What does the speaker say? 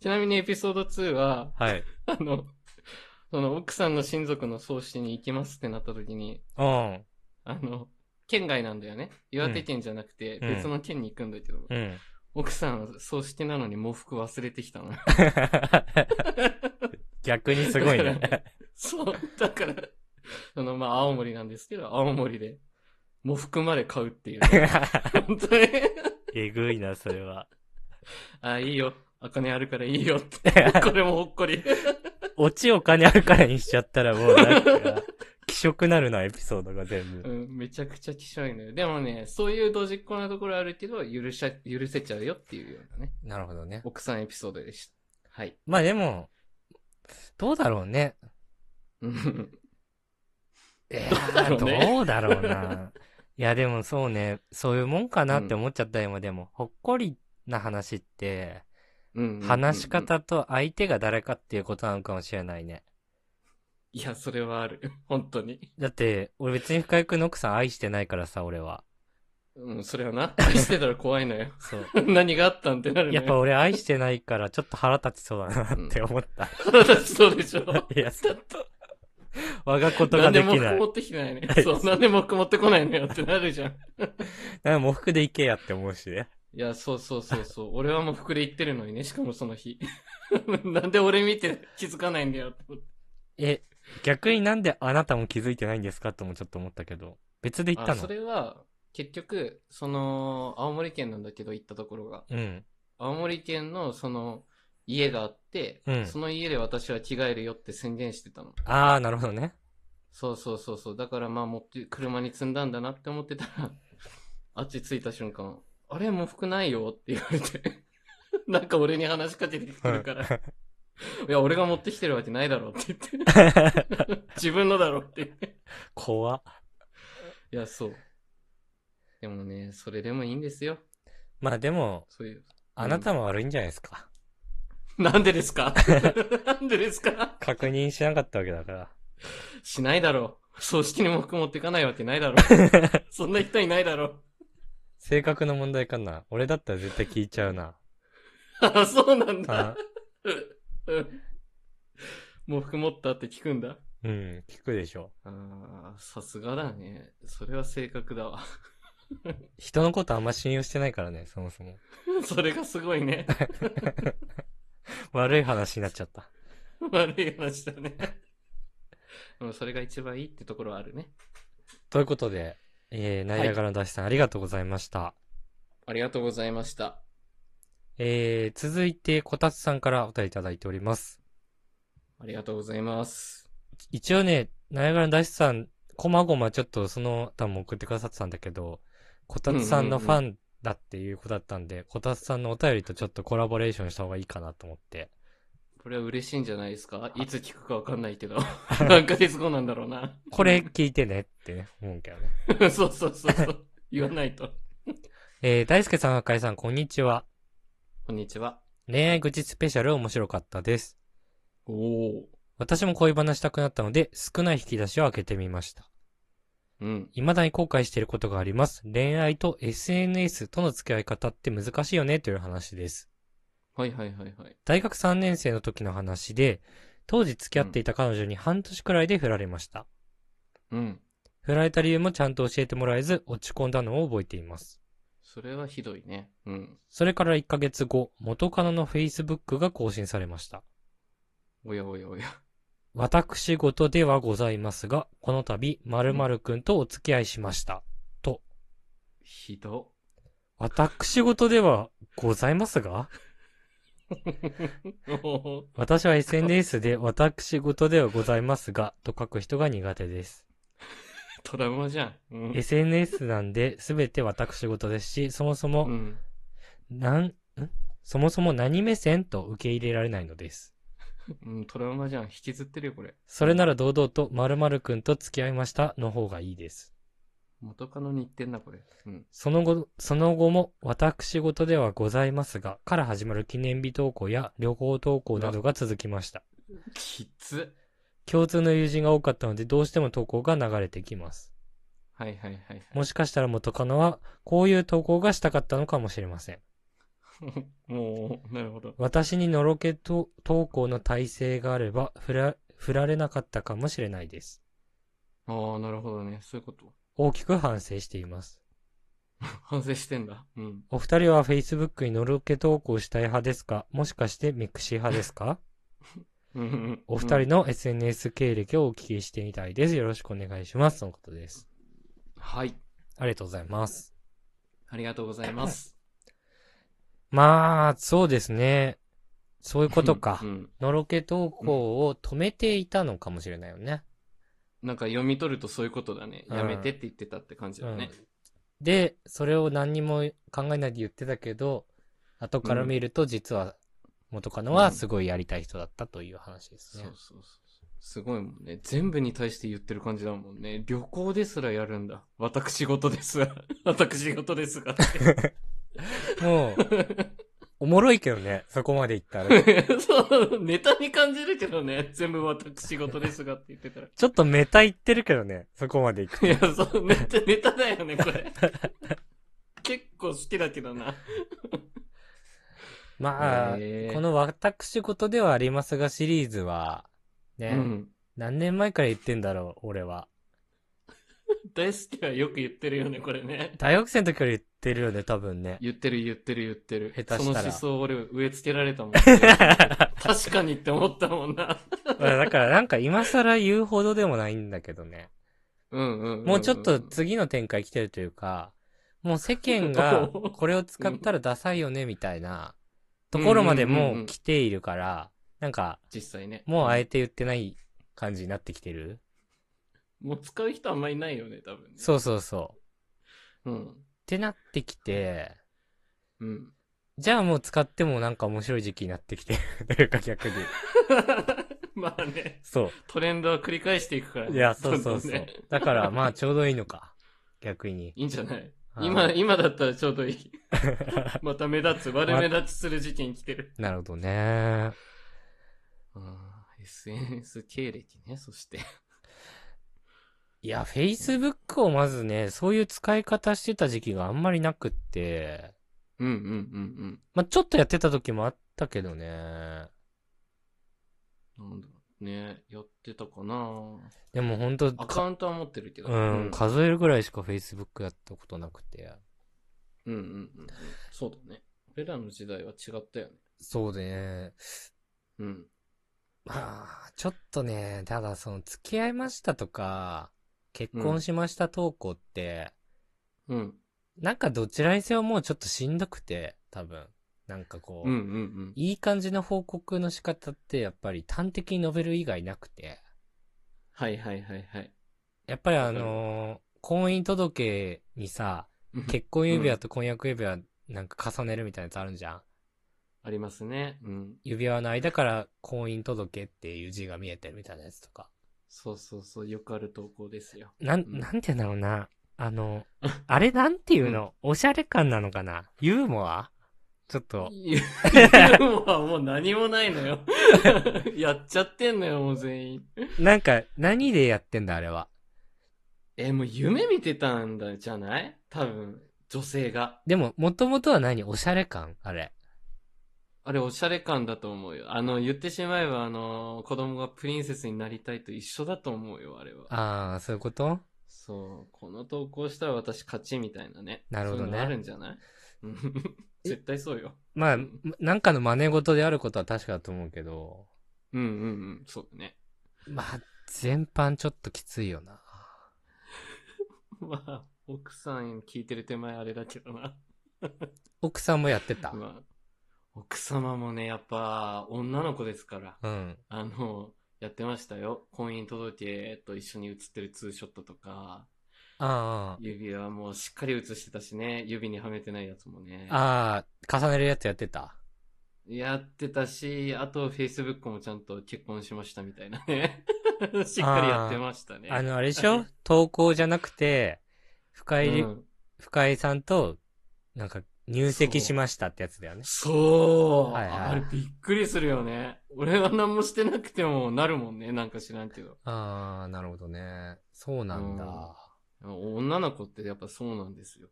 ちなみにエピソード2は、はい。あの、その奥さんの親族の葬式に行きますってなった時に、うん。あの、県外なんだよね。岩手県じゃなくて、うん別の県に行くんだけど、 うん。奥さん葬式なのに喪服忘れてきたの。 逆にすごい ね。そう、だから、その、まあ、青森なんですけど、青森で、喪服まで買うっていう、本当に、えぐいな、それは。あ、いいよ。お金あるからいいよって。これもほっこり。落ちお金あるからにしちゃったらもうなんか、気色なるな、エピソードが全う部。ん、めちゃくちゃきしょいのよ。でもね、そういうドジっ子なところあるけど、許しゃ、許せちゃうよっていうようなね、なるほどね。奥さんエピソードでした。はい。 まあでも、どうだろうね。うんいやうだろうねーどうだろうな。いや、でもそうね、そういうもんかなって思っちゃった今、でも、ほっこりな話って、うんうんうん話し方と相手が誰かっていうことなのかもしれないね。いや、それはある。 本当に。だって、俺別に深井くんの奥さん愛してないからさ、俺は。うん、それはな。 愛してたら怖いのよ。 そう。何があったんってなるのやよ。っぱ俺愛してないから、ちょっと腹立ちそうだなって 思った。腹立ちそうで しょ。いや、そう 我がことが何でできもない。持ってきてないね。そう、何でも持ってこないのよってなるじゃん。いなんか喪服で行けやって思うしね。や、そうそうそうそう。俺はもう服で行ってるのにね、しかもその日。 なんで俺見て気づかないんだよって思って。え、逆になんであなたも気づいてないんですかともちょっと思ったけど。別で行ったあのそれは、結局、その、青森県なんだけど行ったところが、うん。青森県のその、家があって、うんその家で私は着替えるよって宣言してたの。ああ、なるほどね。そうそうそうそう。だからまあ持って、車に積んだんだなって思ってたら、 あっち着いた瞬間、あれもう服ないよって言われて。 なんか俺に話しかけてきてるから。いや、俺が持ってきてるわけないだろうって言って。 自分のだろうって言って。怖っいや、そう。でもね、それでもいいんですよ。まあでも、そういう。あなたも悪いんじゃないですか。なんでですか なんでですか確認しなかったわけだから。しないだろう。葬式にも服持ってかないわけないだろう。そんな人いないだろう。 性格の問題かな。俺だったら絶対聞いちゃうな。あ、そうなん だ。あうんもう服持ったって聞くんだ。うん、聞くでしょ。ああ、さすがだね。それは性格だわ。 人のことあんま信用してないからね、そもそも。それがすごいね。 悪い話になっちゃった。悪い話だね。 でもそれが一番いいってところはあるね。ということで、えー、ナイアガラのダシさん、ありがとうございました。ありがとうございました。えー、続いて、こたつさんからお便りいただいております。ありがとうございます。一応ね、ナイアガラのダシさん、こまごまちょっとその他も送ってくださってたんだけど、こたつさんのファンだっていうことだったんで、こたつさんのお便りとちょっとコラボレーションした方がいいかなと思って。これは嬉しいんじゃないですかいつ聞くかわかんないけど。何ヶ月後なんだろうな。 これ聞いてねってね、思うけどね。そうそうそうそう。言わないと。えー、大輔さん、赤井さん、こんにちは。こんにちは。恋愛愚痴スペシャル面白かったです。おお。私も恋バナしたくなったので、少ない引き出しを開けてみました。うん。未だに後悔していることがあります。恋愛と SNS との付き合い方って難しいよねという話です。はいはいはいはい。大学3年生の時の話で、当時付き合っていた彼女に半年くらいで振られました。うん。振られた理由もちゃんと教えてもらえず、落ち込んだのを覚えています。それはひどいね。うん。それから1ヶ月後、元カノの Facebook が更新されました。おやおやおや。私事ではございますが、この度、〇〇くんとお付き合いしました。ひど。私事ではございますがお私は SNS で私事ではございますがと書く人が苦手です。トラウマじゃん。うん。 SNS なんで全て私事ですし、そもそうも、ん、なん、んそもそも何目線と受け入れられないのです。うん、トラウマじゃん。引きずってるよ、これ。それなら堂々と〇〇くんと付き合いましたの方がいいです。元カノに言ってんな、これ。うん。その後、その後も私事ではございますがから始まる記念日投稿や旅行投稿などが続きました。きつ。共通の友人が多かったのでどうしても投稿が流れてきます。はいはいはいはい。もしかしたら元カノはこういう投稿がしたかったのかもしれません。 もう、なるほど。私にのろけと投稿の体制があれば振ら、振られなかったかもしれないです。ああ、なるほどね。そういうこと。大きく反省しています。反省してんだ。うん。お二人は Facebook にのろけ投稿したい派ですかもしかしてミクシー派ですかうんうんお二人、の SNS 経歴をお聞きしてみたいです。よろしくお願いします。そのことです。うんはい。ありがとうございます。ありがとうございます。まあ、そうですね。そういうことかう。ん。のろけ投稿を止めていたのかもしれないよね。なんか読み取るとそういうことだね。うんやめてって言ってたって感じだね。で、それを何にも考えないで言ってたけど、後から見ると実は元カノはすごいやりたい人だったという話ですそうねそう。そうそう。すごいもんね。全部に対して言ってる感じだもんね。旅行ですらやるんだ。私事です が。私事ですが。 もう、おもろいけどね、そこまで言ったら。 そう、ネタに感じるけどね。全部私事ですがって言ってたら。ちょっとメタ言ってるけどね、そこまで行 く。いや、そう、 ネタ、ネタだよね、これ。 結構好きだけどな。まあ、へーこの私事ではありますがシリーズは、うね、ん。何年前から言ってんだろう、俺は。大好きはよく言ってるよね、これね。大学生の時から言ってるよね、多分 ね。言ってる言ってる言ってる。下手したらその思想俺植え付けられたもん。 確かにって思ったもんな。だからなんか今更言うほどでもないんだけどね。うんうんんんもうちょっと次の展開来てるというか、もう世間 がこれを使ったらダサいよねみたいなところまでもう来ているから、なんか実際ね。もうあえて。て言ってない感じになってきてる。もう使う人あんまりいないよね、多分、ね。そうそうそう。っう。うん。てなってきて、うん。 じゃあもう使ってもなんか面白い時期になってきてる というか逆に。まあね、そトレンドは繰り返していくから、う。ね。いや、そうそうそどんどんうね。だからまあちょうどいいのか。逆に。いいんじゃないはい今、今だったらちょうどい い。また目立つ、悪目立ちする事件来てる。なるほどね。あー SNS 経歴ね、そして。いや、Facebook をまずね、そういう使い方してた時期があんまりなくって、うんうんうんまあ、ちょっとやってた時もあったけどね。うん。なんだろうね、やってたかなでもほんと、アかカウントは持ってるけど。うん、数えるぐらいしか Facebook やったことなくて。うんうんうん。そうだね。俺らの時代は違ったよね。そうでね。うん。まあ、ちょっとね、ただその、付き合いましたとか、結婚しました投稿って、うん。なんかどちらにせよもうちょっとしんどくて、多分。なんかこう、うんうんうん。いい感じの報告の仕方って、やっぱり端的に述べる以外なくて。はいはいはいはい。やっぱりあのー婚姻届にさ、結婚指輪と婚約指輪なんか重ねるみたいなやつあるんじゃん。ありますね。うん。指輪の間から婚姻届っていう字が見えてるみたいなやつとか。そうそうそう、よくある投稿ですよ。なん、うんなんて言うんだろうな。あの、あれなんていうの、おしゃれ感なのかなユーモアちょっと。 ユーモアもう何もないのよ。 やっちゃってんのよ、もう全員。なんか、何でやってんだあれは。え、もう夢見てたんだじゃない多分、女性が。でも、もともとは何おしゃれ感あれ。あれ、おしゃれ感だと思うよ。あの、言ってしまえば、あの、子供がプリンセスになりたいと一緒だと思うよ、あれは。あー、そういうことそう。この投稿したら私勝ちみたいなね。なるほどねそういうのあるんじゃないうん絶対そうよ。まあうん、なんかの真似事であることは確かだと思うけど、うんうんうん。そうだね。まあ、全般ちょっときついよな。 まあ、奥さん聞いてる手前あれだけどな。奥さんもやってた。まあ、奥様もね、やっぱ、女の子ですから、うん。あの、やってましたよ。婚姻届と一緒に写ってるツーショットとか、あ指輪もしっかり写してたしね、指にはめてないやつもねあ。。ああ、重ねるやつやってた。やってたし、あと Facebook もちゃんと結婚しましたみたいな ね。しっかりやってましたね。あの、あれでしょ投稿じゃなくて、深井り、うん深井さんと、なんか、入籍しましたってやつだよね。そう、はいはいあれびっくりするよね。俺は何もしてなくてもなるもんね、なんか知らんけど。ああ、なるほどね。そうなんだ。うん女の子ってやっぱそうなんですよ。